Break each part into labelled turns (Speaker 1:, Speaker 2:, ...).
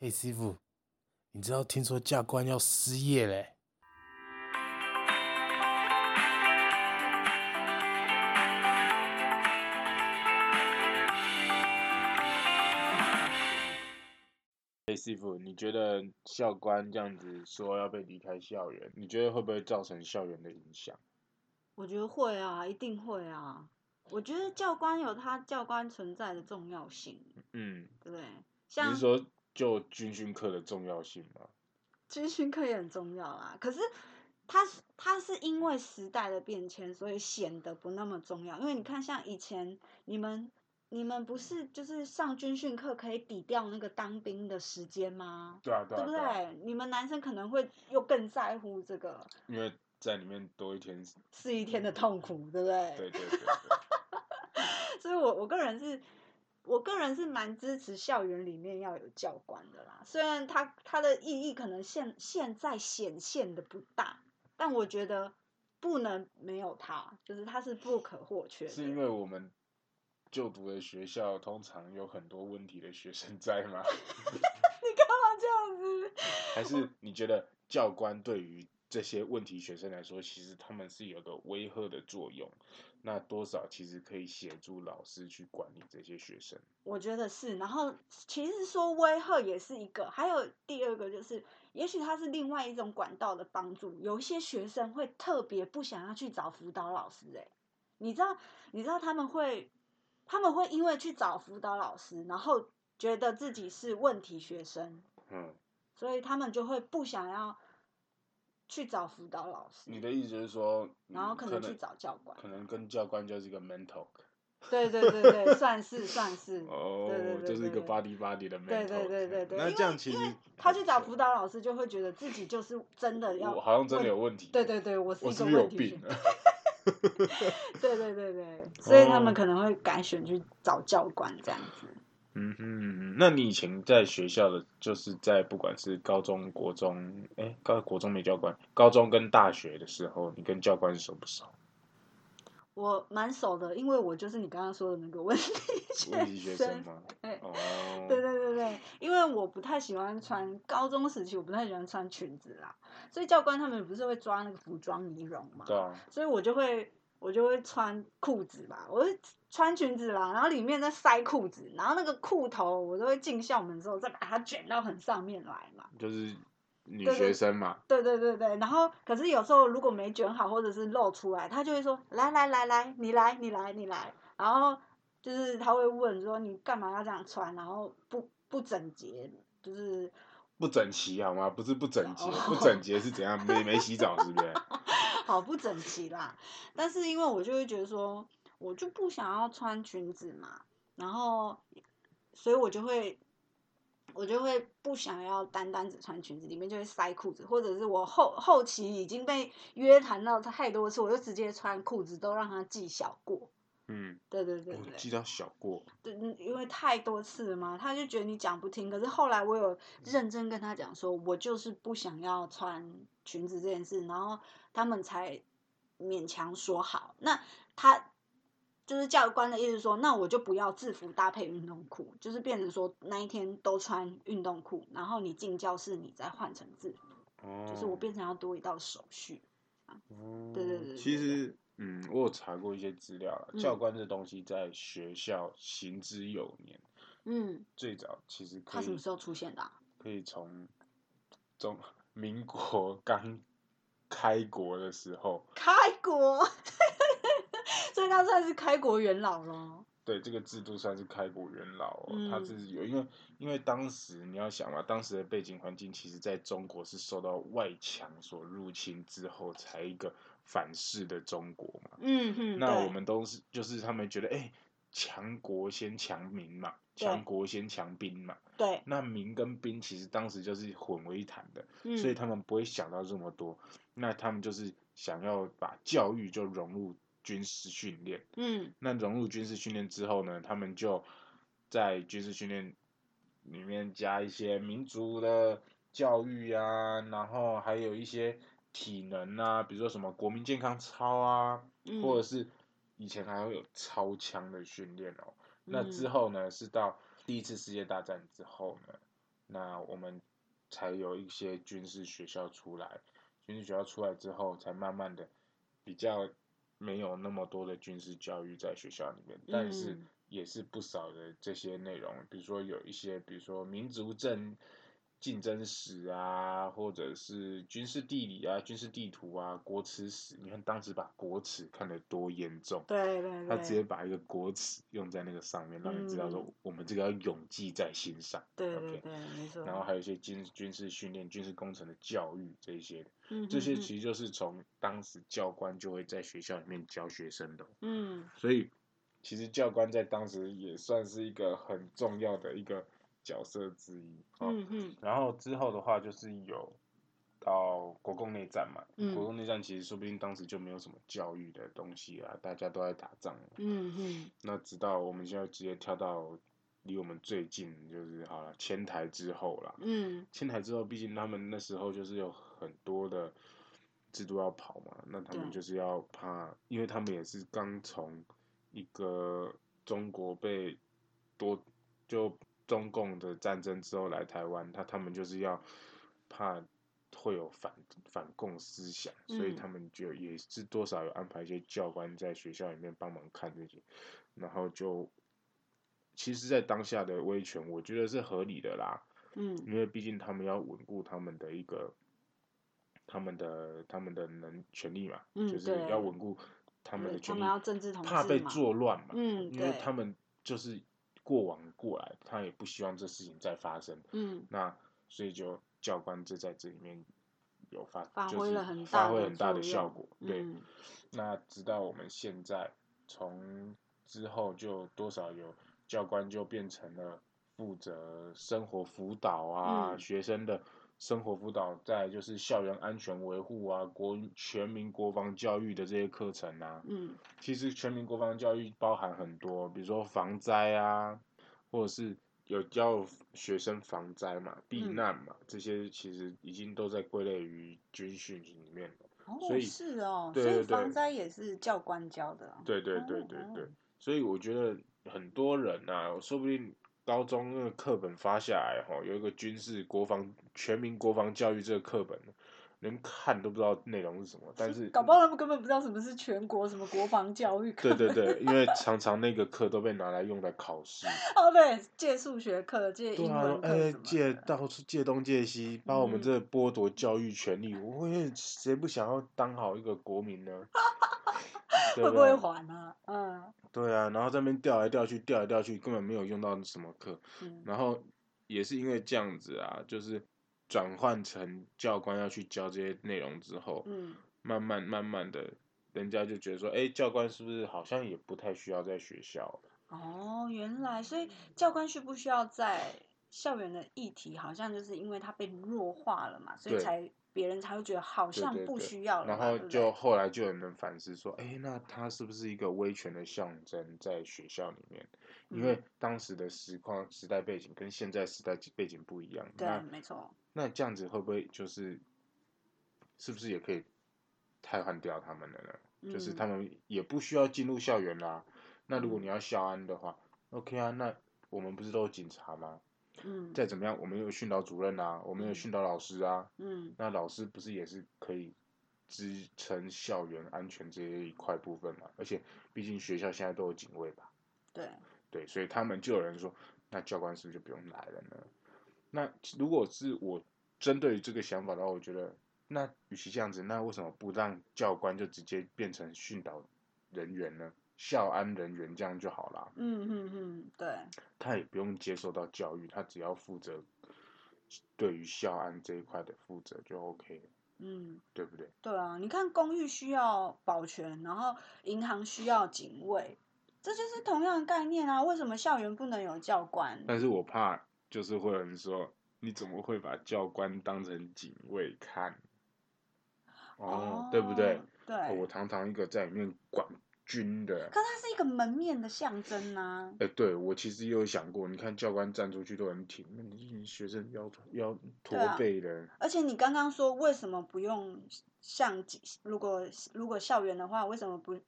Speaker 1: 嘿，师傅，你知道听说教官要失业嘞、
Speaker 2: 哎，师傅，你觉得校官这样子说要被离开校园，你觉得会不会造成校园的影响？
Speaker 3: 我觉得会啊，一定会啊。我觉得教官有他教官存在的重要性，
Speaker 2: 嗯，
Speaker 3: 对不对？
Speaker 2: 你
Speaker 3: 像
Speaker 2: 是说就军训课的重要性吗？
Speaker 3: 军训课也很重要啦，可是它是它是因为时代的变迁，所以显得不那么重要。因为你看，像以前你们你们不是就是上军训课可以抵掉那个当兵的时间吗？
Speaker 2: 对啊，对
Speaker 3: 对
Speaker 2: 啊，
Speaker 3: 不
Speaker 2: 对啊，
Speaker 3: 对？你们男生可能会又更在乎这个
Speaker 2: 因为在里面多一天，
Speaker 3: 是一天的痛苦，对不对？
Speaker 2: 嗯对对对对，
Speaker 3: 所以我我个人是，我个人是蛮支持校园里面要有教官的啦。虽然它它的意义可能现现在显现的不大，但我觉得不能没有它，就是它是不可或缺 的。
Speaker 2: 是因为我们就读的学校通常有很多问题的学生在吗？
Speaker 3: 你干嘛这样子？
Speaker 2: 还是你觉得教官对于这些问题学生来说，其实他们是有个威吓的作用，那多少其实可以协助老师去管理这些学生。
Speaker 3: 我觉得是，然后其实说威吓也是一个，还有第二个就是，也许它是另外一种管道的帮助。有一些学生会特别不想要去找辅导老师、欸，你知道，你知道他们会，他们会因为去找辅导老师，然后觉得自己是问题学生，
Speaker 2: 嗯，
Speaker 3: 所以他们就会不想要去找辅导老师，
Speaker 2: 你的意思就是说，
Speaker 3: 然后
Speaker 2: 嗯
Speaker 3: 可能去找教官
Speaker 2: 可能跟教官就是一个 mental，
Speaker 3: 对对对对，算是算是，
Speaker 2: 哦
Speaker 3: 嗯对对对
Speaker 2: 就是一个
Speaker 3: 对
Speaker 2: body body 的 mental，
Speaker 3: 对对对对对，
Speaker 2: 那
Speaker 3: 因
Speaker 2: 这
Speaker 3: 为
Speaker 2: 样其
Speaker 3: 因为
Speaker 2: 实
Speaker 3: 他去找辅导老师，就会觉得自己就是真的要
Speaker 2: 我好像真的有问题，
Speaker 3: 对对对，我是
Speaker 2: 我
Speaker 3: 一
Speaker 2: 是
Speaker 3: 个
Speaker 2: 不是有
Speaker 3: 问题
Speaker 2: 病
Speaker 3: 选
Speaker 2: 啊？
Speaker 3: 对对对对， 所以他
Speaker 2: 哦
Speaker 3: 们可能会改选去找教官这样子。
Speaker 2: 嗯哼，那你以前在学校的，就是在不管是高中、国中，哎，高国中没教官，高中跟大学的时候，你跟教官熟不熟？
Speaker 3: 我蛮熟的，因为我就是你刚刚说的那个问 题
Speaker 2: 问题学生
Speaker 3: 生。
Speaker 2: 吗？
Speaker 3: 对
Speaker 2: 哦，
Speaker 3: 对对对对，因为我不太喜欢穿，高中时期我不太喜欢穿裙子啦，所以教官他们不是会抓那个服装仪容嘛，
Speaker 2: 对啊，
Speaker 3: 所以我就会我就会穿裤子吧，我会穿裙子啦，然后里面再塞裤子，然后那个裤头我都会进校门之后再把它卷到很上面来嘛。
Speaker 2: 就是女
Speaker 3: 对对
Speaker 2: 学生嘛，
Speaker 3: 对对对对，然后可是有时候如果没卷好或者是露出来，他就会说来来来来，你来你来你来，然后就是他会问说你干嘛要这样穿，然后不不整洁，就是
Speaker 2: 不整齐好吗？不是不整洁，
Speaker 3: 哦
Speaker 2: 不整洁是怎样？没没洗澡是不是？
Speaker 3: 好不整齐啦。但是因为我就会觉得说，我就不想要穿裙子嘛，然后所以我就会。我就会不想要单单只穿裙子，里面就会塞裤子，或者是我后后期已经被约谈到太多次，我就直接穿裤子都让他记小过。
Speaker 2: 嗯，
Speaker 3: 对对对
Speaker 2: 我
Speaker 3: 对，
Speaker 2: 记到小过，
Speaker 3: 对，嗯因为太多次了嘛，他就觉得你讲不听。可是后来我有认真跟他讲说，我就是不想要穿裙子这件事，然后他们才勉强说好。那他就是教官的意思说，那我就不要制服搭配运动裤，就是变成说那一天都穿运动裤，然后你进教室你再换成制服，
Speaker 2: 哦，
Speaker 3: 就是我变成要多一道手续。
Speaker 2: 哦
Speaker 3: 对对对对
Speaker 2: 其
Speaker 3: 对
Speaker 2: 实，嗯，我有查过一些资料啦，
Speaker 3: 嗯
Speaker 2: 教官这东西在学校行之有年，
Speaker 3: 嗯，
Speaker 2: 最早其实可
Speaker 3: 他什么
Speaker 2: 以
Speaker 3: 时候出现的啊、
Speaker 2: 可以从中 民国刚开国的时候，
Speaker 3: 开国， 所以他算是开国元老喽。
Speaker 2: 对这个制度算是开国元老哦，它
Speaker 3: 嗯
Speaker 2: 是有因为因为当时你要想嘛，当时的背景环境其实在中国是受到外强所入侵之后才一个反噬的中国嘛，
Speaker 3: 嗯哼，
Speaker 2: 那
Speaker 3: 对
Speaker 2: 我们都是就是他们觉得，哎、强国先强民嘛，
Speaker 3: 对
Speaker 2: 强国先强兵嘛。
Speaker 3: 对，
Speaker 2: 那民跟兵其实当时就是混为一谈的，
Speaker 3: 嗯，
Speaker 2: 所以他们不会想到这么多。那他们就是想要把教育就融入军事训练。
Speaker 3: 嗯
Speaker 2: 那融入军事训练之后呢，他们就在军事训练里面加一些民族的教育啊，然后还有一些体能啊，比如说什么国民健康操啊，
Speaker 3: 嗯，
Speaker 2: 或者是以前还会有超强的训练哦。那之
Speaker 3: 嗯
Speaker 2: 后呢，是到第一次世界大战之后呢，那我们才有一些军事学校出来。军事学校出来之后，才慢慢的比较没有那么多的军事教育在学校里面，但是
Speaker 3: 嗯
Speaker 2: 也是不少的这些内容，比如说有一些，比如说民族政竞争史啊，或者是军事地理啊、军事地图啊、国耻史。你看当时把国耻看得多严重，
Speaker 3: 对对
Speaker 2: 他直接
Speaker 3: 对，
Speaker 2: 把一个国耻用在那个上面，让你知道说
Speaker 3: 嗯
Speaker 2: 我们这个要永记在心上。
Speaker 3: 对
Speaker 2: OK
Speaker 3: 对对，没错。
Speaker 2: 然后还有一些军军事训练、军事工程的教育这一些的，
Speaker 3: 嗯
Speaker 2: 这些
Speaker 3: 哼哼
Speaker 2: 其实就是从当时教官就会在学校里面教学生的哦，
Speaker 3: 嗯
Speaker 2: 所以其实教官在当时也算是一个很重要的一个角色之一。哦、
Speaker 3: 嗯嗯
Speaker 2: 然后之后的话就是有到国共内战嘛，
Speaker 3: 嗯
Speaker 2: 国共内战其实说不定当时就没有什么教育的东西啊，大家都在打仗。
Speaker 3: 嗯嗯，
Speaker 2: 那直到我们现在直接跳到离我们最近，就是好了，迁台之后啦。
Speaker 3: 嗯
Speaker 2: 迁台之后，毕竟他们那时候就是有很多的制度要跑嘛，那他们
Speaker 3: 对
Speaker 2: 就是要怕，因为他们也是刚从一个中国被多就中共的战争之后来台湾，他他们就是要怕会有反反共思想，所以
Speaker 3: 嗯
Speaker 2: 他们就也是多少有安排一些教官在学校里面帮忙看这些，然后就。其实，在当下的威权，我觉得是合理的啦。
Speaker 3: 嗯
Speaker 2: 因为毕竟他们要稳固他们的一个他们的他们的能权利嘛，
Speaker 3: 嗯
Speaker 2: 就是
Speaker 3: 对嗯
Speaker 2: 要稳固他们的
Speaker 3: 他
Speaker 2: 权利，
Speaker 3: 们要政治统治
Speaker 2: 怕被
Speaker 3: 嘛
Speaker 2: 作乱嘛，
Speaker 3: 嗯，
Speaker 2: 因为
Speaker 3: 对，
Speaker 2: 他们就是过往过来，他也不希望这事情再发生，
Speaker 3: 嗯
Speaker 2: 那所以就教官就在这里面有发
Speaker 3: 发
Speaker 2: 就
Speaker 3: 挥
Speaker 2: 是
Speaker 3: 了很
Speaker 2: 发
Speaker 3: 大
Speaker 2: 挥
Speaker 3: 的
Speaker 2: 很大
Speaker 3: 作
Speaker 2: 的效
Speaker 3: 用
Speaker 2: 果，对，
Speaker 3: 嗯
Speaker 2: 那直到我们现在从之后就多少有教官就变成了负责生活辅导啊，
Speaker 3: 嗯
Speaker 2: 学生的生活辅导，再来就是校园安全维护啊，国全民国防教育的这些课程啊。
Speaker 3: 嗯
Speaker 2: 其实全民国防教育包含很多，比如说防灾啊，或者是有教学生防灾嘛、避
Speaker 3: 嗯
Speaker 2: 难嘛，这些其实已经都在归类于军训里面了。所
Speaker 3: 哦
Speaker 2: 以
Speaker 3: 是哦，
Speaker 2: 对
Speaker 3: 所以
Speaker 2: 对对
Speaker 3: 防灾也是教官教的哦，
Speaker 2: 对对对对
Speaker 3: 哦
Speaker 2: 对，所以我觉得很多人啊，说不定高中那个课本发下来吼，有一个军事国防全民国防教育这个课本，连看都不知道内容是什么，但是嗯
Speaker 3: 搞不好他们根本不知道什么是全国什么国防教育课
Speaker 2: 对， 对对，因为常常那个课都被拿来用来考试，
Speaker 3: 哦对，借数学课、借
Speaker 2: 对
Speaker 3: 英
Speaker 2: 啊
Speaker 3: 文，课
Speaker 2: 哎
Speaker 3: 什么，
Speaker 2: 借
Speaker 3: 的
Speaker 2: 到处借东借西，把我们
Speaker 3: 嗯
Speaker 2: 这剥夺教育权利，我会谁不想要当好一个国民呢？ 对
Speaker 3: 会不
Speaker 2: 对
Speaker 3: 会还啊？嗯
Speaker 2: 对啊，然后这边调来调去，调来调去，根本没有用到什么课。
Speaker 3: 嗯
Speaker 2: 然后也是因为这样子啊，就是转换成教官要去教这些内容之后，
Speaker 3: 嗯
Speaker 2: 慢慢慢慢的，人家就觉得说，哎、教官是不是好像也不太需要在学校了？
Speaker 3: 哦，原来所
Speaker 2: 嗯
Speaker 3: 以教官需不需要在校园的议题，好像就是因为它被弱化了嘛，所以
Speaker 2: 对
Speaker 3: 才别人才会觉得好
Speaker 2: 对
Speaker 3: 像
Speaker 2: 对
Speaker 3: 不
Speaker 2: 对
Speaker 3: 需要了嘛，
Speaker 2: 然后
Speaker 3: 对不
Speaker 2: 就
Speaker 3: 对
Speaker 2: 后来就有人反思说，哎、那他是不是一个威权的象征在学校里面？因为
Speaker 3: 嗯
Speaker 2: 当时的时况、时代背景跟现在时代背景不一样，
Speaker 3: 对，
Speaker 2: 那
Speaker 3: 没错，
Speaker 2: 那这样子会不会就是，是不是也可以汰换掉他们了呢？就是
Speaker 3: 嗯
Speaker 2: 他们也不需要进入校园啦。那如果
Speaker 3: 嗯
Speaker 2: 你要校安的话，OK 啊，那我们不是都有警察吗？
Speaker 3: 嗯
Speaker 2: 再怎么样，我们有训导主任啊，我们有
Speaker 3: 嗯
Speaker 2: 训导老师啊，
Speaker 3: 嗯
Speaker 2: 那老师不是也是可以支撑校园安全这一块部分嘛？而且毕竟学校现在都有警卫吧。
Speaker 3: 对，嗯
Speaker 2: 对，所以他们就有人说，那教官是不是就不用来了呢？那如果是我针对于这个想法的话，我觉得，那与其这样子，那为什么不让教官就直接变成训导人员呢？校安人员这样就好啦，
Speaker 3: 嗯嗯嗯对，
Speaker 2: 他也不用接受到教育，他只要负责对于校安这一块的负责就 OK 了，
Speaker 3: 嗯。
Speaker 2: 对不对？
Speaker 3: 对啊，你看公寓需要保全，然后银行需要警卫，这就是同样的概念啊。为什么校园不能有教官？
Speaker 2: 但是我怕就是会有人说，你怎么会把教官当成警卫看？哦，对不对
Speaker 3: 哦？？对。
Speaker 2: 哦我堂堂一个在里面管军的，
Speaker 3: 可它是一个门面的象征啊。
Speaker 2: 哎，对我其实也有想过，你看教官站出去都很挺，那你学生要要驼
Speaker 3: 对啊
Speaker 2: 背的，
Speaker 3: 而且你刚刚说为什么不用像警如果如果校园的话，为什么不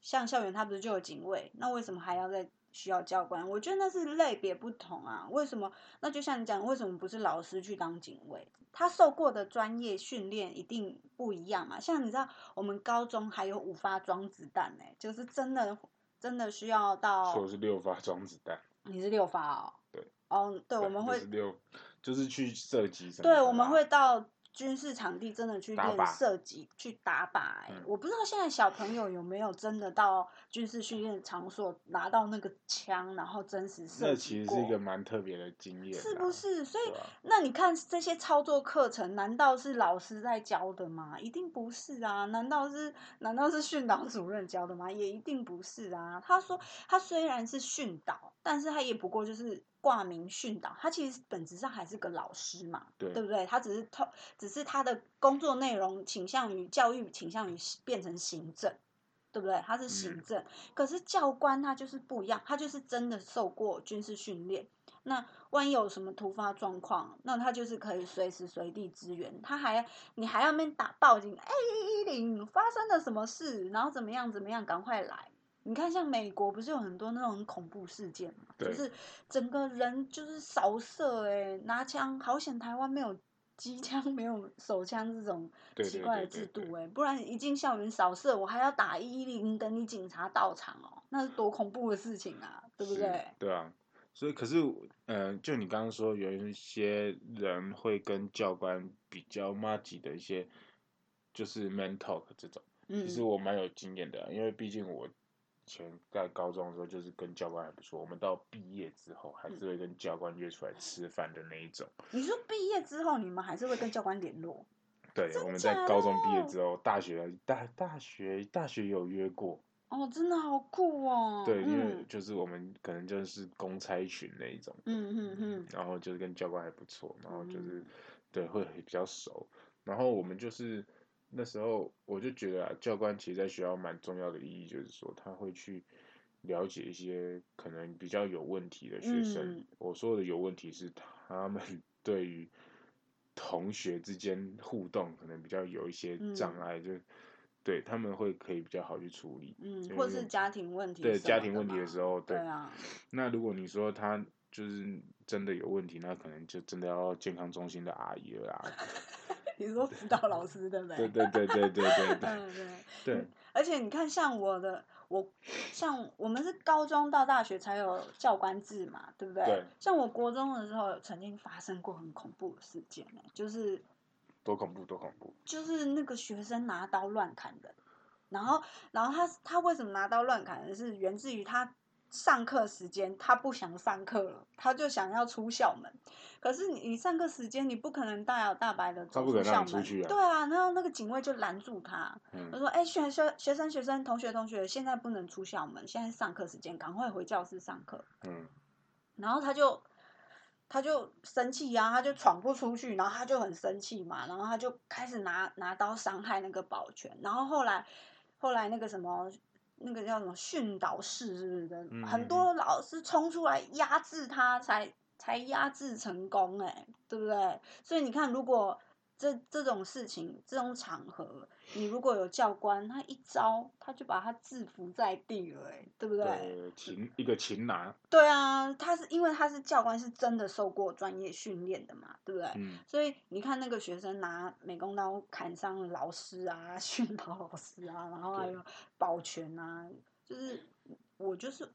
Speaker 3: 像校园它不是就有警卫？那为什么还要再需要教官，我觉得那是类别不同啊。为什么？那就像你讲，为什么不是老师去当警卫？他受过的专业训练一定不一样嘛。像你知道，我们高中还有五发装子弹呢、就是真的真的需要到
Speaker 2: 说是六发装子弹，
Speaker 3: 你是六发哦。
Speaker 2: 对。
Speaker 3: 哦，对，我
Speaker 2: 就
Speaker 3: 们会
Speaker 2: 是六，就是去射击什么的啦。
Speaker 3: 对，我们会到军事场地真的去
Speaker 2: 打
Speaker 3: 练
Speaker 2: 靶
Speaker 3: 射击、去打靶、欸。
Speaker 2: 嗯
Speaker 3: 我不知道现在小朋友有没有真的到军事训练场所拿到那个枪，然后真实射
Speaker 2: 这
Speaker 3: 击
Speaker 2: 其实
Speaker 3: 过。
Speaker 2: 是一个蛮特别的经验啦，
Speaker 3: 是不是？所以、
Speaker 2: 对啊
Speaker 3: 那你看这些操作课程，难道是老师在教的吗？一定不是啊！难道是难道是训导主任教的吗？也一定不是啊！他说他虽然是训导，但是他也不过就是挂名训导，他其实本质上还是个老师嘛，
Speaker 2: 对
Speaker 3: 不对？他只是透，只是他的工作内容倾向于教育，倾向于变成行政。对不对？他是行政，可是教官他就是不一样，他就是真的受过军事训练，那万一有什么突发状况，那他就是可以随时随地支援。他还你还要面打报警，哎一一零发生了什么事，然后怎么样怎么样，赶快来。你看，像美国不是有很多那种很恐怖事件嘛，就
Speaker 2: 对
Speaker 3: 是整个人就是扫射、欸，拿枪，好险台湾没有机枪、没有手枪这种
Speaker 2: 对
Speaker 3: 奇
Speaker 2: 对
Speaker 3: 怪的
Speaker 2: 对
Speaker 3: 制
Speaker 2: 对
Speaker 3: 度、
Speaker 2: 对
Speaker 3: 欸，不然一进校园扫射，我还要打一一零等你警察到场哦、那是多恐怖的事情啊，对不
Speaker 2: 是
Speaker 3: 对？
Speaker 2: 对啊，所以可是，呃，就你刚刚说，有一些人会跟教官比较 m a 的一些，就是 man talk 这种，
Speaker 3: 嗯，
Speaker 2: 其实我蛮有经验的啊，因为毕竟我以前在高中的时候就是跟教官还不错，我们到毕业之后还
Speaker 3: 嗯
Speaker 2: 是会跟教官约出来吃饭的那一种。
Speaker 3: 你说毕业之后你们还是会跟教官联络？
Speaker 2: 对，
Speaker 3: 真
Speaker 2: 我们在
Speaker 3: 假
Speaker 2: 高中毕业
Speaker 3: 的
Speaker 2: 之后，大学大大学大学有约过，
Speaker 3: 哦，真的好酷哦！
Speaker 2: 对，因为
Speaker 3: 嗯
Speaker 2: 就是我们可能就是公差群那一种。
Speaker 3: 嗯嗯嗯，
Speaker 2: 然后就是跟教官还不错，然后就是、
Speaker 3: 嗯
Speaker 2: 对会比较熟，然后我们就是那时候我就觉得、啊、教官其实在学校蛮重要的意义，就是说他会去了解一些可能比较有问题的学生。
Speaker 3: 嗯
Speaker 2: 我说的有问题是他们 对于同学之间互动可能比较有一些障
Speaker 3: 嗯
Speaker 2: 碍，就对他们会可以比较好去处理。
Speaker 3: 嗯，
Speaker 2: 有
Speaker 3: 或
Speaker 2: 一
Speaker 3: 是
Speaker 2: 种
Speaker 3: 家庭问题
Speaker 2: 对
Speaker 3: 什
Speaker 2: 家
Speaker 3: 么
Speaker 2: 庭
Speaker 3: 的
Speaker 2: 问题的
Speaker 3: 嘛
Speaker 2: 时候，
Speaker 3: 对啊，
Speaker 2: 那如果你说他就是真的有问题，那可能就真的要健康中心的阿姨了啦。
Speaker 3: 你说辅导老师对不对？
Speaker 2: 对对对对对对对
Speaker 3: 嗯对。
Speaker 2: 对，
Speaker 3: 而且你看，像我的，我像我们是高中到大学才有教官制嘛，对不对？
Speaker 2: 对
Speaker 3: 像我国中的时候，曾经发生过很恐怖的事件呢、就是
Speaker 2: 多恐怖多恐怖！
Speaker 3: 就是那个学生拿刀乱砍人，然后，然后他他为什么拿刀乱砍人？是源自于他上课时间他不想上课了，他就想要出校门。可是你你上课时间你不可能大摇大摆的走
Speaker 2: 不可能
Speaker 3: 校
Speaker 2: 让你
Speaker 3: 门，
Speaker 2: 出去啊
Speaker 3: 对啊，然后那个警卫就拦住他，他
Speaker 2: 嗯，
Speaker 3: 说：“哎、学学学生学生同学同学，现在不能出校门，现在是上课时间，赶快回教室上课。”
Speaker 2: 嗯，
Speaker 3: 然后他就他就生气呀、他就闯不出去，然后他就很生气嘛，然后他就开始拿拿刀伤害那个保全，然后后来后来那个什么。那个叫什么训导室是不是的？
Speaker 2: 嗯
Speaker 3: 很
Speaker 2: 嗯
Speaker 3: 多老师冲出来压制他才，才压制成功、哎，对不对？所以你看，如果这这种事情、这种场合，你如果有教官，他一招他就把他制服在地了、哎，对不
Speaker 2: 对，擒一个擒拿，
Speaker 3: 对啊，他是因为他是教官，是真的受过专业训练的嘛，对不对？
Speaker 2: 嗯，
Speaker 3: 所以你看那个学生拿美工刀砍伤了老师啊、 训导老师啊，然后还
Speaker 2: 对
Speaker 3: 有保全啊，就是我就是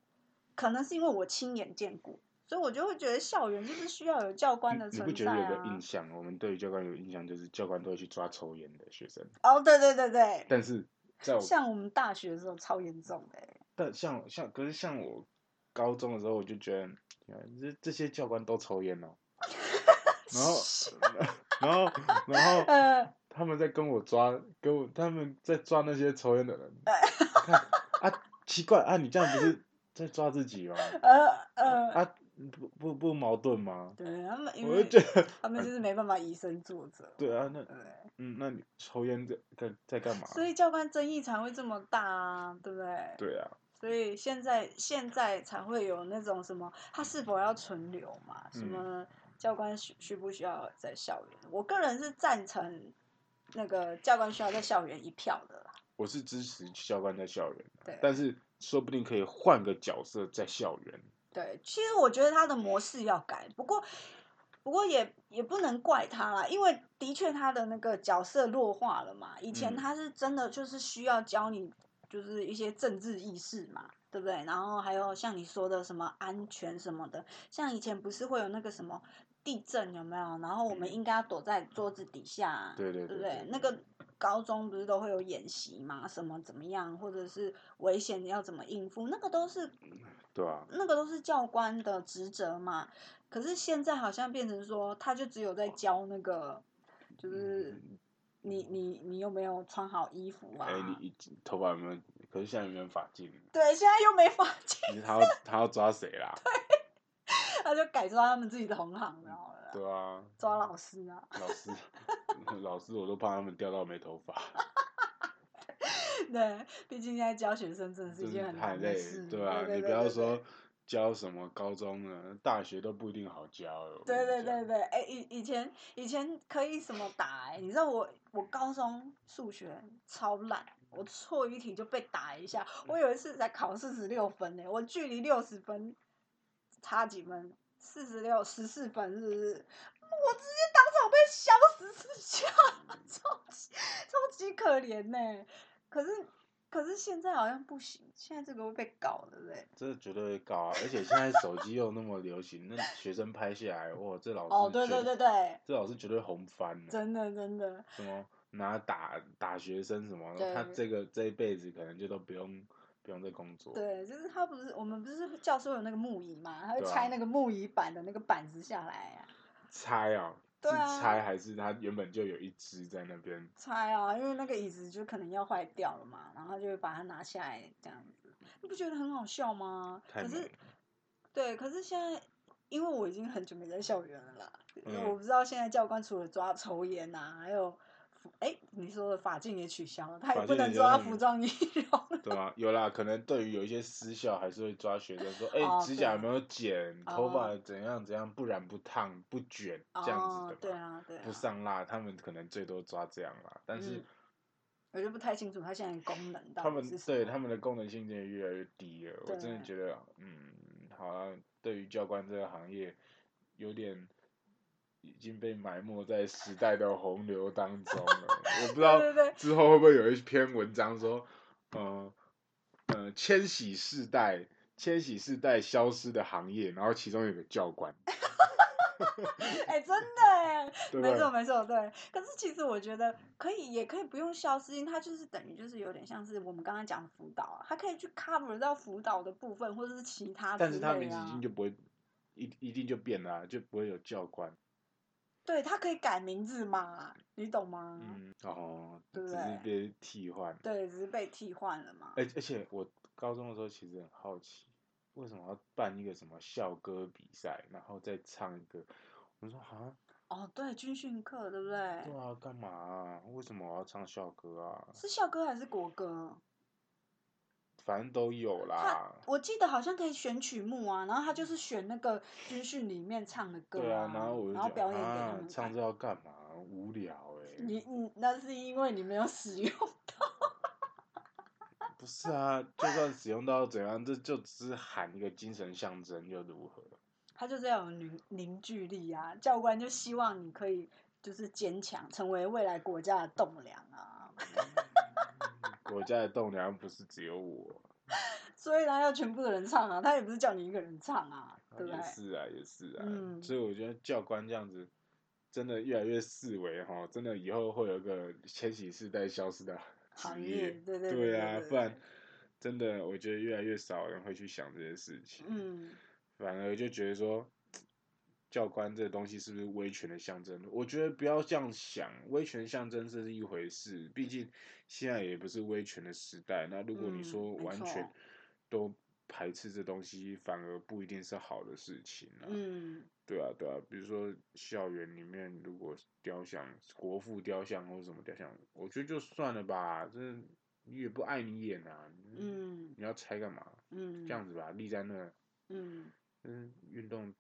Speaker 3: 可能是因为我亲眼见过，所以我就会觉得校园就是需要有教官的
Speaker 2: 你你不
Speaker 3: 存
Speaker 2: 觉
Speaker 3: 在
Speaker 2: 得有
Speaker 3: 啊
Speaker 2: 个。印象？我们对于教官有印象，就是教官都会去抓抽烟的学生，
Speaker 3: 哦，对对对对，
Speaker 2: 但是在我
Speaker 3: 像我们大学的时候超严重的欸、
Speaker 2: 但像像可是像我高中的时候，我就觉得啊这这些教官都抽烟哦， 然后然后然后
Speaker 3: 呃，
Speaker 2: 他们在跟我抓，跟我他们在抓那些抽烟的 人，看啊，奇怪啊，你这样不是在抓自己吗？
Speaker 3: 呃 呃，
Speaker 2: 啊，不不不矛盾吗？
Speaker 3: 对他们，因
Speaker 2: 我就
Speaker 3: 为
Speaker 2: 觉得，
Speaker 3: 他们就是没办法以身作 则。
Speaker 2: 对啊，那
Speaker 3: 对。
Speaker 2: 嗯，那你抽烟在在在干嘛？
Speaker 3: 呃所以教官争议才会这么大啊，对不对？
Speaker 2: 对啊，
Speaker 3: 所以现在现在才会有那种什么，他是否要存留嘛？什
Speaker 2: 嗯
Speaker 3: 么教官需需不需要在校园？我个人是赞成那个教官需要在校园一票的啦。
Speaker 2: 我是支持教官在校园的，
Speaker 3: 对，
Speaker 2: 但是说不定可以换个角色在校园。
Speaker 3: 对，其实我觉得他的模式要改，不过不过也也不能怪他啦，因为的确他的那个角色弱化了嘛。以前
Speaker 2: 嗯
Speaker 3: 他是真的就是需要教你就是一些政治意识嘛，对不对？然后还有像你说的什么安全什么的，像以前不是会有那个什么地震有没有？然后我们应该要躲在桌子底下啊、
Speaker 2: 嗯对对对
Speaker 3: 对不
Speaker 2: 对
Speaker 3: 对？那个高中不是都会有演习嘛，什么怎么样，或者是危险要怎么应付，那个都是
Speaker 2: 对啊，
Speaker 3: 那个都是教官的职责嘛。可是现在好像变成说，他就只有在教那个，就是你你你有没有穿好衣服啊
Speaker 2: 嗯哎、？你你头发有没有？可是现在有没有发 髻？
Speaker 3: 对，现在又没法进，
Speaker 2: 你他要他要抓谁啦？
Speaker 3: 他就改抓他们自己的同行然后了啦，
Speaker 2: 嗯对啊，
Speaker 3: 抓老师啊，
Speaker 2: 老师 老师我都怕他们掉到没头发，
Speaker 3: 对，毕竟现在教学生真的是
Speaker 2: 真
Speaker 3: 一件
Speaker 2: 是
Speaker 3: 很
Speaker 2: 太
Speaker 3: 难的
Speaker 2: 累
Speaker 3: 事，，
Speaker 2: 对啊，
Speaker 3: 对
Speaker 2: 你
Speaker 3: 对
Speaker 2: 不
Speaker 3: 对
Speaker 2: 要
Speaker 3: 对
Speaker 2: 说教什么高中了，大学都不一定好教哦了。我跟
Speaker 3: 对
Speaker 2: 你
Speaker 3: 对
Speaker 2: 讲
Speaker 3: 对对，哎、以以前以前可以什么打、哎，你知道我我高中数学超烂，我错一题就被打一下。我有一次才考四十六分呢、欸我距离六十分差几分？四十六十四分是不是？我直接当场被削十四下，超级超级可怜呢、可是可是现在好像不行，现在这个会被搞，对不对？
Speaker 2: 这绝对会搞啊！而且现在手机又那么流行，那学生拍下来，哇，这老师
Speaker 3: 哦，对
Speaker 2: 绝
Speaker 3: 对对，对，
Speaker 2: 这老师绝对红翻了。
Speaker 3: 真的真的，
Speaker 2: 什么拿打打学生什么的，
Speaker 3: 对
Speaker 2: 他这个这一辈子可能就都不用不用再工作。
Speaker 3: 对，就是他不是我们不是教授有那个木椅嘛，他会
Speaker 2: 对啊
Speaker 3: 拆那个木椅板的那个板子下来呀、
Speaker 2: 拆啊，
Speaker 3: 对
Speaker 2: 是
Speaker 3: 啊
Speaker 2: 拆还是他原本就有一只在那边？
Speaker 3: 拆啊，因为那个椅子就可能要坏掉了嘛，然后他就会把它拿下来这样子，你不觉得很好笑吗？
Speaker 2: 太
Speaker 3: 可
Speaker 2: 猛了
Speaker 3: 是，对，可是现在因为我已经很久没在校园了啦，
Speaker 2: 嗯
Speaker 3: 我不知道现在教官除了抓抽烟呐、还有服。哎、你说的法禁也取消了，他
Speaker 2: 法
Speaker 3: 也不
Speaker 2: 禁也
Speaker 3: 能
Speaker 2: 就
Speaker 3: 抓
Speaker 2: 是
Speaker 3: 服装仪容。
Speaker 2: 对吧、有啦，可能对于有一些私校还是会抓学生说，哎、
Speaker 3: 哦
Speaker 2: 指甲有
Speaker 3: 对
Speaker 2: 没有剪，头
Speaker 3: 哦
Speaker 2: 发怎样怎样，不染不烫不卷这样子的
Speaker 3: 哦
Speaker 2: 嘛，，
Speaker 3: 对啊，对啊。
Speaker 2: 不上蜡，他们可能最多抓这样啦。但是
Speaker 3: 嗯我就不太清楚它现在的功能到
Speaker 2: 他
Speaker 3: 底
Speaker 2: 们
Speaker 3: 是什
Speaker 2: 对
Speaker 3: 么
Speaker 2: 他们的功能性真的越来越低了。我真的
Speaker 3: 对
Speaker 2: 觉得，嗯，好像对于教官这个行业，有点已经被埋没在时代的洪流当中 了。我不知道
Speaker 3: 对对对
Speaker 2: 之后会不会有一篇文章说，呃呃，千禧世代，千禧世代消失的行业，然后其中有个教 官，
Speaker 3: 哎、真的哎，
Speaker 2: 对不
Speaker 3: 没错
Speaker 2: 对？
Speaker 3: 没错，对。可是其实我觉得可以，也可以不用消失，因为它就是等于就是有点像是我们刚刚讲的辅导啊，它可以去 cover 到辅导的部分或者是其他
Speaker 2: 但
Speaker 3: 之
Speaker 2: 是他
Speaker 3: 类
Speaker 2: 名字
Speaker 3: 啊
Speaker 2: 已经就不会。一一定就变了啊、就不会有教官。
Speaker 3: 对，它可以改名字嘛，你懂吗？
Speaker 2: 嗯，哦，
Speaker 3: 对
Speaker 2: 只
Speaker 3: 不
Speaker 2: 是
Speaker 3: 对
Speaker 2: 被替换。
Speaker 3: 对，只是被替换了嘛。
Speaker 2: 而而且我高中的时候其实很好奇，为什么要办一个什么校歌比赛，然后再唱一个？我说啊，
Speaker 3: 哦，对，军训课对不对？
Speaker 2: 对啊，干嘛、啊？为什么我要唱校歌啊？
Speaker 3: 是校歌还是国歌？
Speaker 2: 反正都有
Speaker 3: 他
Speaker 2: 啦。
Speaker 3: 我记得好像可以选曲目啊，然后他就是选那个军训里面唱的歌
Speaker 2: 对啊，然后我就
Speaker 3: 然后
Speaker 2: 觉得
Speaker 3: 表演给他
Speaker 2: 啊
Speaker 3: 们，
Speaker 2: 唱
Speaker 3: 看。
Speaker 2: 这要干嘛？无聊哎、
Speaker 3: 你你那是因为你没有使用，
Speaker 2: 不是啊，就算使用到怎样，这就只是喊一个精神象征又如何？
Speaker 3: 他就是要有凝凝聚力啊。教官就希望你可以就是坚强，成为未来国家的栋梁啊。
Speaker 2: 嗯国家的栋梁不是只有我，
Speaker 3: 所以他要全部的人唱啊，他也不是叫你一个人唱啊，对不对
Speaker 2: 也？是啊，也是啊，
Speaker 3: 嗯
Speaker 2: 所以我觉得教官这样子真的越来越四维哈，真的以后会有一个千禧世代消失的
Speaker 3: 行
Speaker 2: 职
Speaker 3: 业对对对对
Speaker 2: 啊，
Speaker 3: 对
Speaker 2: 不然
Speaker 3: 对
Speaker 2: 真的我觉得越来越少人会去想这些事情，，
Speaker 3: 嗯，
Speaker 2: 反而就觉得说。教官这个东西是不是威权的象征？我觉得不要这样想，威权象征这是一回事，毕竟现在也不是威权的时代。那如果你
Speaker 3: 嗯
Speaker 2: 说
Speaker 3: 没
Speaker 2: 完
Speaker 3: 错
Speaker 2: 全都排斥这东西，反而不一定是好的事情啊。
Speaker 3: 嗯，
Speaker 2: 对啊，对啊，比如说校园里面如果雕像、国父雕像或什么雕像，我觉得就算了吧，这你也不碍你眼啊，
Speaker 3: 嗯
Speaker 2: 你要拆干嘛？
Speaker 3: 嗯，
Speaker 2: 这样子吧，立在那，
Speaker 3: 嗯，
Speaker 2: 嗯，运动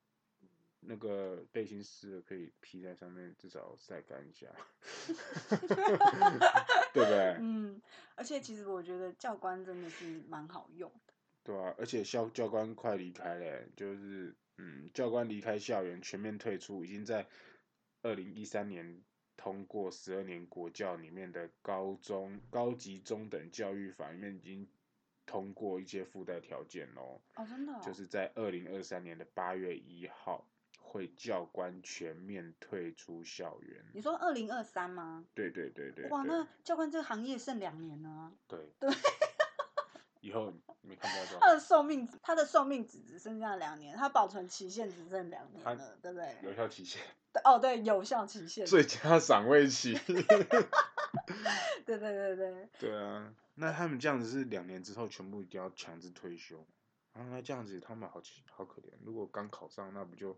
Speaker 2: 那个背心湿了可以披在上面，至少晒干一下， 对不对？
Speaker 3: 嗯，而且其实我觉得教官真的是蛮好用的。
Speaker 2: 对啊，而且校教官快离开了，欸就是嗯，教官离开校园，全面退出，已经在二零一三年通过十二年国教里面的高中高级中等教育法里面已经通过一些附带条件喽，
Speaker 3: 哦，真的、哦，
Speaker 2: 就是在二零二三年的八月一号会教官全面退出校园。
Speaker 3: 你说二零二三吗？
Speaker 2: 对对对对，
Speaker 3: 哇，
Speaker 2: 对
Speaker 3: 那教官这个行业剩两年啊呢、
Speaker 2: 对
Speaker 3: 对，
Speaker 2: 以后没看到 这
Speaker 3: 他
Speaker 2: 种
Speaker 3: 的寿命，他的寿命只只剩下两年，他保存期限只剩两
Speaker 2: 他
Speaker 3: 年了，对不对？
Speaker 2: 有效期限，
Speaker 3: 对哦，对，有效期限，
Speaker 2: 最佳赏味期。
Speaker 3: 对对对对，
Speaker 2: 对啊，那他们这样子是两年之后全部一定要强制退休，然后那这样子他们好奇好可怜。如果刚考上，那不就，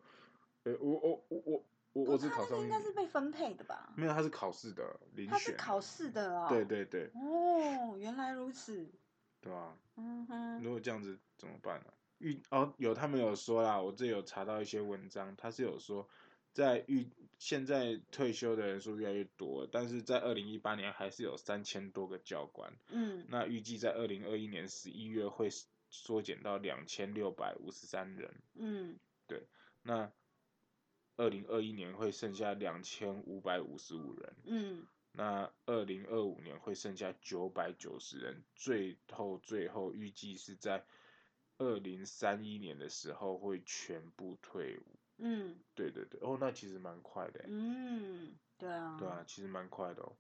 Speaker 2: 呃、我我我我我我
Speaker 3: 不
Speaker 2: 只
Speaker 3: 哦他
Speaker 2: 考
Speaker 3: 那个
Speaker 2: 上
Speaker 3: 应
Speaker 2: 一
Speaker 3: 该是
Speaker 2: 年，
Speaker 3: 被分配的吧？
Speaker 2: 没有，他是考试的遴选，啊
Speaker 3: 他是考试的哦。
Speaker 2: 对。对对
Speaker 3: 哦，原来如此。
Speaker 2: 对啊，
Speaker 3: 嗯哼，
Speaker 2: 如果这样子怎么办呢、遇哦，有他们有说啦，我这有查到一些文章，他是有说，在遇现在退休的人数越来越多，但是在二零一八年还是有三千多个教官，
Speaker 3: 嗯，
Speaker 2: 那预计在二零二一年十一月会缩减到两千六百五十三人，
Speaker 3: 嗯，
Speaker 2: 那二零二一年会剩下两千五百五十五人，
Speaker 3: 嗯，
Speaker 2: 那二零二五年会剩下九百九十人，最后最后预计是在二零三一年的时候会全部退伍。
Speaker 3: 嗯，
Speaker 2: 对对对，哦，那其实蛮快的欸，
Speaker 3: 嗯，对啊，
Speaker 2: 对啊，其实蛮快的哦。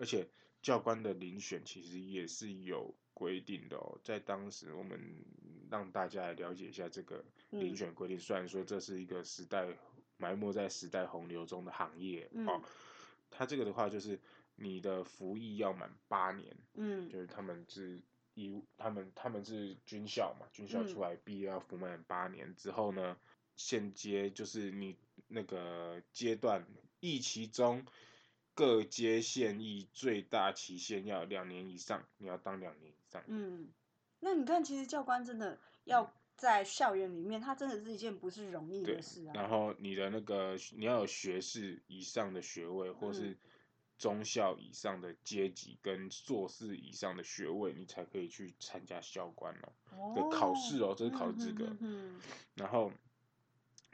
Speaker 2: 而且教官的遴选其实也是有规定的哦，在当时我们让大家来了解一下这个遴
Speaker 3: 嗯
Speaker 2: 选规定。虽然说这是一个时代埋没在时代洪流中的行业、哦
Speaker 3: 嗯，
Speaker 2: 它这个的话就是你的服役要满八年，就
Speaker 3: 嗯，
Speaker 2: 是他们是义务，他们他们是军校嘛，军校
Speaker 3: 嗯
Speaker 2: 出来毕业要服满八年之后呢，现阶就是你那个阶段役期中各阶现役最大期限要两年以上，你要当两年以上。
Speaker 3: 嗯，那你看，其实教官真的要在校园里面，他真的是一件不是容易
Speaker 2: 对
Speaker 3: 的事啊。
Speaker 2: 然后你的那个你要有学士以上的学位，或是
Speaker 3: 嗯
Speaker 2: 中校以上的阶级跟硕士以上的学位，你才可以去参加校官哦。的考试哦，这是考试资格。
Speaker 3: 嗯哼哼哼
Speaker 2: 然后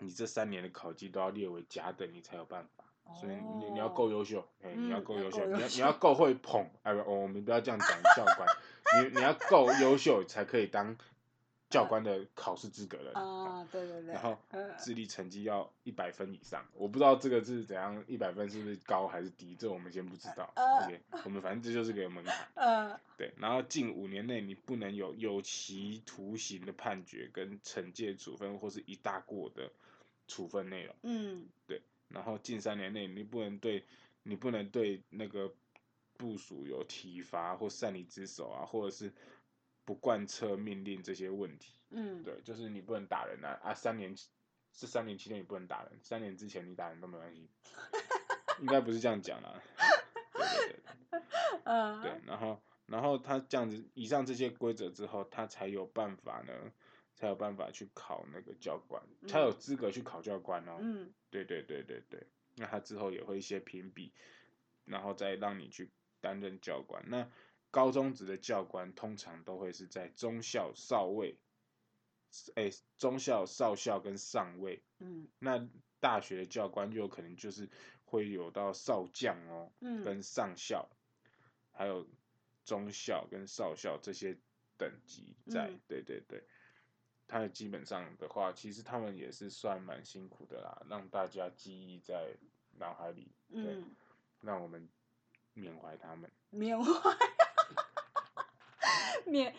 Speaker 2: 你这三年的考绩都要列为甲等，你才有办法。所以你你要
Speaker 3: 哦
Speaker 2: 够优秀，哎、你要
Speaker 3: 嗯
Speaker 2: 够
Speaker 3: 要
Speaker 2: 优
Speaker 3: 够
Speaker 2: 秀，你
Speaker 3: 优
Speaker 2: 要你
Speaker 3: 秀
Speaker 2: 要够会捧，哎不，我们不要这样讲教官，你你要够优秀才可以当教官的考试资格人。
Speaker 3: 啊，对对对，
Speaker 2: 然后
Speaker 3: 呃
Speaker 2: 智力成绩要一百分以上，我不知道这个是怎样，一百分是不是高还是低，这我们先不知道。
Speaker 3: 呃
Speaker 2: OK，我们反正这就是个门槛。
Speaker 3: 呃，
Speaker 2: 对，然后近五年内你不能有有期徒刑的判决跟惩戒处分或是一大过的处分内容。
Speaker 3: 嗯
Speaker 2: 然后近三年内你不能对你不能对那个部署有体罚或擅离职守啊，或者是不贯彻命令这些问题。
Speaker 3: 嗯，
Speaker 2: 对，就是你不能打人啊啊！三年是三年期内你不能打人，三年之前你打人都没关系，应该不是这样讲啦。对对对。
Speaker 3: 呃，
Speaker 2: 对，然后然后他这样子，以上这些规则之后，他才有办法呢，才有办法去考那个教官，才有
Speaker 3: 嗯
Speaker 2: 资格去考教官哦。
Speaker 3: 嗯
Speaker 2: 对对对对对，那他之后也会一些评比，然后再让你去担任教官。那高中职的教官通常都会是在中校少尉，哎，中校少校跟上尉。
Speaker 3: 嗯
Speaker 2: 那大学的教官就有可能就是会有到少将哦，
Speaker 3: 嗯
Speaker 2: 跟上校，还有中校跟少校这些等级在。
Speaker 3: 嗯
Speaker 2: 对对对，他的基本上的话，其实他们也是算蛮辛苦的啦，让大家记忆在脑海里，对，
Speaker 3: 嗯，
Speaker 2: 让我们缅怀他们。
Speaker 3: 缅 怀，缅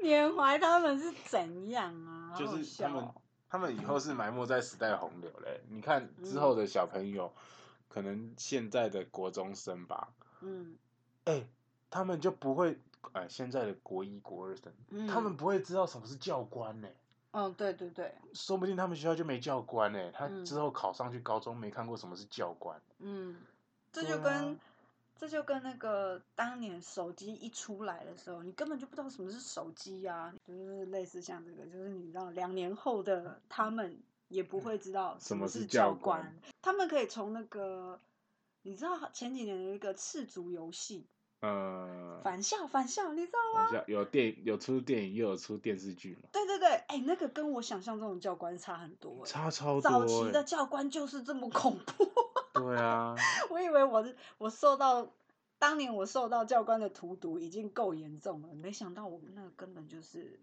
Speaker 3: 缅怀他们是怎样啊？
Speaker 2: 就
Speaker 3: 好好
Speaker 2: 是他
Speaker 3: 笑
Speaker 2: 们
Speaker 3: 哦，
Speaker 2: 他们以后是埋没在时代洪流嘞。你看
Speaker 3: 嗯
Speaker 2: 之后的小朋友，可能现在的国中生吧，
Speaker 3: 嗯
Speaker 2: 哎、他们就不会，哎、现在的国一、国二生，
Speaker 3: 嗯，
Speaker 2: 他们不会知道什么是教官呢、
Speaker 3: 嗯，对对对，
Speaker 2: 说不定他们学校就没教官呢、他
Speaker 3: 嗯
Speaker 2: 之后考上去高中没看过什么是教官，
Speaker 3: 嗯，这
Speaker 2: 对
Speaker 3: 就跟
Speaker 2: 啊
Speaker 3: 这就跟那个当年手机一出来的时候，你根本就不知道什么是手机啊，就是类似像这个，就是你知道两年后的他们也不会知道
Speaker 2: 什么
Speaker 3: 是
Speaker 2: 是教
Speaker 3: 官。
Speaker 2: 官
Speaker 3: 他们可以从那个，你知道前几年有一个赤足游戏，
Speaker 2: 呃，
Speaker 3: 返校返校，你知道吗？
Speaker 2: 等一下有电有出电影，又有出电视剧嘛，
Speaker 3: 对对对，哎、那个跟我想象中的教官差很多、哎
Speaker 2: 差超多、
Speaker 3: 早期
Speaker 2: 欸。
Speaker 3: 的教官就是这么恐怖，
Speaker 2: 对 啊，
Speaker 3: 我以为我是我受到当年我受到教官的荼毒已经够严重了，没想到我那个根本就是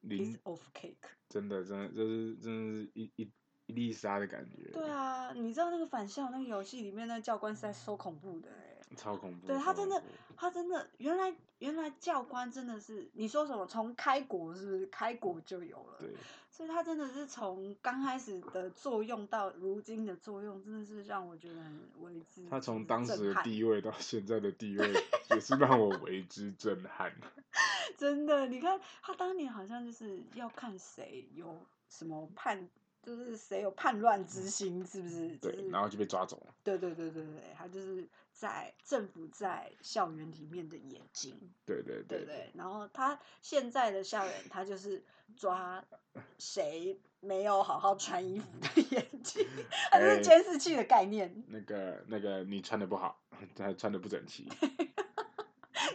Speaker 2: 零
Speaker 3: piece of cake。
Speaker 2: 真的真的就是真的是一一一粒沙的感觉。
Speaker 3: 对，啊，你知道那个返校那个游戏里面那教官实在是超恐怖的哎、
Speaker 2: 超恐怖。
Speaker 3: 对他
Speaker 2: 超
Speaker 3: 真
Speaker 2: 恐
Speaker 3: 的
Speaker 2: 怖，
Speaker 3: 他真的原来原来教官真的是你说什么从开国是不是开国就有了？
Speaker 2: 对，
Speaker 3: 所以他真的是从刚开始的作用到如今的作用，真的是让我觉得很为之
Speaker 2: 他
Speaker 3: 就
Speaker 2: 从
Speaker 3: 是
Speaker 2: 当
Speaker 3: 震
Speaker 2: 时的
Speaker 3: 撼
Speaker 2: 地位到现在的地位，也是让我为之震 撼。
Speaker 3: 真的，你看他当年好像就是要看谁有什么叛，就是谁有叛乱之心，是不是？就
Speaker 2: 嗯对，
Speaker 3: 是
Speaker 2: 然后就被抓走了。
Speaker 3: 对对对对对，他就是在政府在校园里面的眼睛，
Speaker 2: 对对对
Speaker 3: 对不对？然后他现在的校园，他就是抓谁没有好好穿衣服的 眼睛， 他就是
Speaker 2: 哎
Speaker 3: 监视器的概念。
Speaker 2: 那个那个，你穿的不好， 他穿的不整 齐，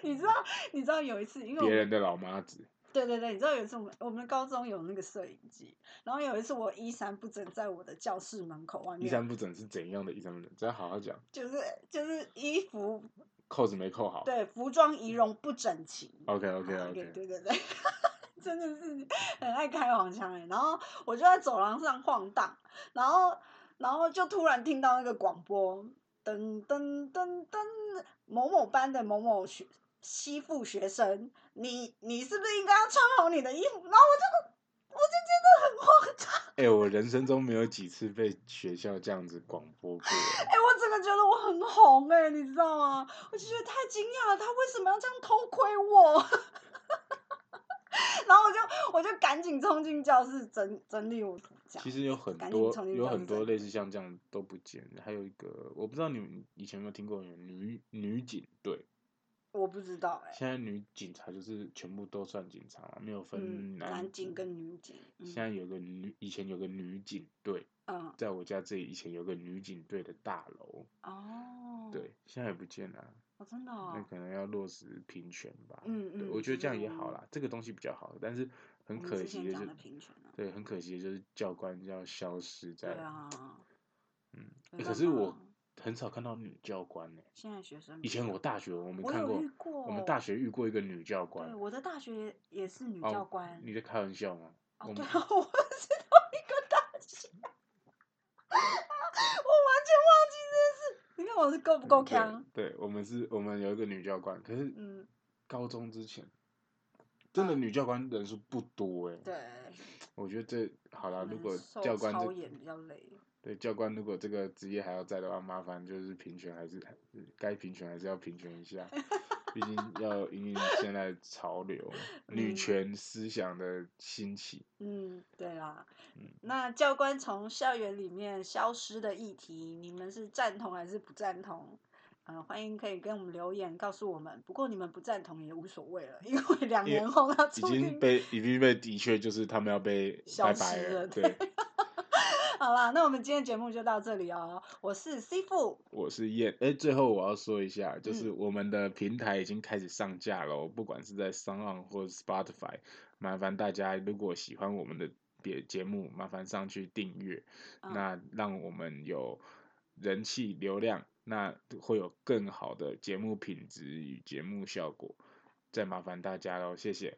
Speaker 3: 你知道，你知道有一次，因为我
Speaker 2: 别
Speaker 3: 们
Speaker 2: 人的老妈子，
Speaker 3: 对对对，你知道有一次我们我们高中有那个摄影机，然后有一次我衣衫不整，在我的教室门口外
Speaker 2: 衣
Speaker 3: 面，
Speaker 2: 衫不整是怎样的衣衫不整？只要好好讲，
Speaker 3: 就是就是衣服
Speaker 2: 扣子没扣好。
Speaker 3: 对服装仪容不整齐。
Speaker 2: OK OK
Speaker 3: 啊
Speaker 2: OK，
Speaker 3: 对对对，真的是很爱开黄腔哎、然后我就在走廊上晃荡，然后然后就突然听到那个广播，噔噔噔噔，某某班的某某学吸附学生，你你是不是应该要穿好你的衣服？然后我就我就觉得很荒唐。
Speaker 2: 哎、我人生中没有几次被学校这样子广播 过。
Speaker 3: 哎、我整个觉得我很红哎、你知道吗？我就觉得太惊讶了，他为什么要这样偷窥我？ 然后我就我就赶紧冲进教室整整理我这样
Speaker 2: 其实有很
Speaker 3: 赶紧
Speaker 2: 多
Speaker 3: 重新
Speaker 2: 有
Speaker 3: 装
Speaker 2: 很多
Speaker 3: 帧
Speaker 2: 类似像这样都不见，还有一个我不知道你们以前有没有听过有女女警队，
Speaker 3: 我不知道哎、
Speaker 2: 现在女警察就是全部都算警察嘛，没有分
Speaker 3: 嗯，
Speaker 2: 男,、
Speaker 3: 男警跟女警，
Speaker 2: 现在有个女，以前有个女警队，
Speaker 3: 嗯
Speaker 2: 在我家这里以前有个女警队的大楼，
Speaker 3: 嗯哦，
Speaker 2: 对，现在也不见了、
Speaker 3: 哦，真的哦
Speaker 2: 那，可能要落实平权吧。
Speaker 3: 嗯
Speaker 2: 对
Speaker 3: 嗯
Speaker 2: 我觉得这样也
Speaker 3: 嗯
Speaker 2: 好啦，这个东西比较好，但是很
Speaker 3: 我们
Speaker 2: 可
Speaker 3: 之
Speaker 2: 惜
Speaker 3: 前
Speaker 2: 的
Speaker 3: 讲
Speaker 2: 就
Speaker 3: 的平权啊
Speaker 2: 对，很可惜的就是教官要消失
Speaker 3: 对
Speaker 2: 在，
Speaker 3: 啊，
Speaker 2: 嗯，
Speaker 3: 没
Speaker 2: 欸可
Speaker 3: 办
Speaker 2: 是
Speaker 3: 法
Speaker 2: 我
Speaker 3: 啊
Speaker 2: 很少看到女教官呢、
Speaker 3: 现在学生
Speaker 2: 以前我
Speaker 3: 大
Speaker 2: 大学我们
Speaker 3: 我
Speaker 2: 看
Speaker 3: 有
Speaker 2: 过
Speaker 3: 遇，过
Speaker 2: 我们大学遇过一个女教官
Speaker 3: 对，我的大学也是女
Speaker 2: 哦
Speaker 3: 教官，
Speaker 2: 你在开玩笑吗？
Speaker 3: 哦
Speaker 2: 我，
Speaker 3: 对
Speaker 2: 们
Speaker 3: 啊，我是同一个大学， 我完全忘记这件事。你看我是够不够
Speaker 2: 嗯对
Speaker 3: 强？
Speaker 2: 对，我们是，我们有一个女教官，可是
Speaker 3: 嗯，
Speaker 2: 高中之前，真的女教官人数不多哎、
Speaker 3: 对。
Speaker 2: 我觉得这好啦，啊
Speaker 3: 可
Speaker 2: 如
Speaker 3: 能
Speaker 2: 果
Speaker 3: 受
Speaker 2: 教官
Speaker 3: 操
Speaker 2: 这
Speaker 3: 演比较累。
Speaker 2: 对教官如果这个职业还要在的话，麻烦就是平权还是还是该平权还是要平权一 下，毕竟要因应现在潮流、女
Speaker 3: 嗯
Speaker 2: 权思想的兴起。
Speaker 3: 嗯，对啦。
Speaker 2: 嗯
Speaker 3: 那教官从校园里面消失的议题，你们是赞同还是不赞同？呃，欢迎可以跟我们留言告诉我们。不过你们不赞同也无所谓了，因为两
Speaker 2: 也
Speaker 3: 年后他
Speaker 2: 已
Speaker 3: 注
Speaker 2: 经
Speaker 3: 定
Speaker 2: 被已经被的确就是他们要被
Speaker 3: 消
Speaker 2: 拜拜
Speaker 3: 失了
Speaker 2: 对，
Speaker 3: 好啦，那我们今天节目就到这里哦。我是 C 富，
Speaker 2: 我是燕，哎，最后我要说一下，就
Speaker 3: 嗯
Speaker 2: 是我们的平台已经开始上架了哦，不管是在 s o n 或者 Spotify，麻烦大家如果喜欢我们的别节目，麻烦上去订阅，
Speaker 3: 嗯
Speaker 2: 那让我们有人气流量，那会有更好的节目品质与节目效果。再麻烦大家喽，谢谢，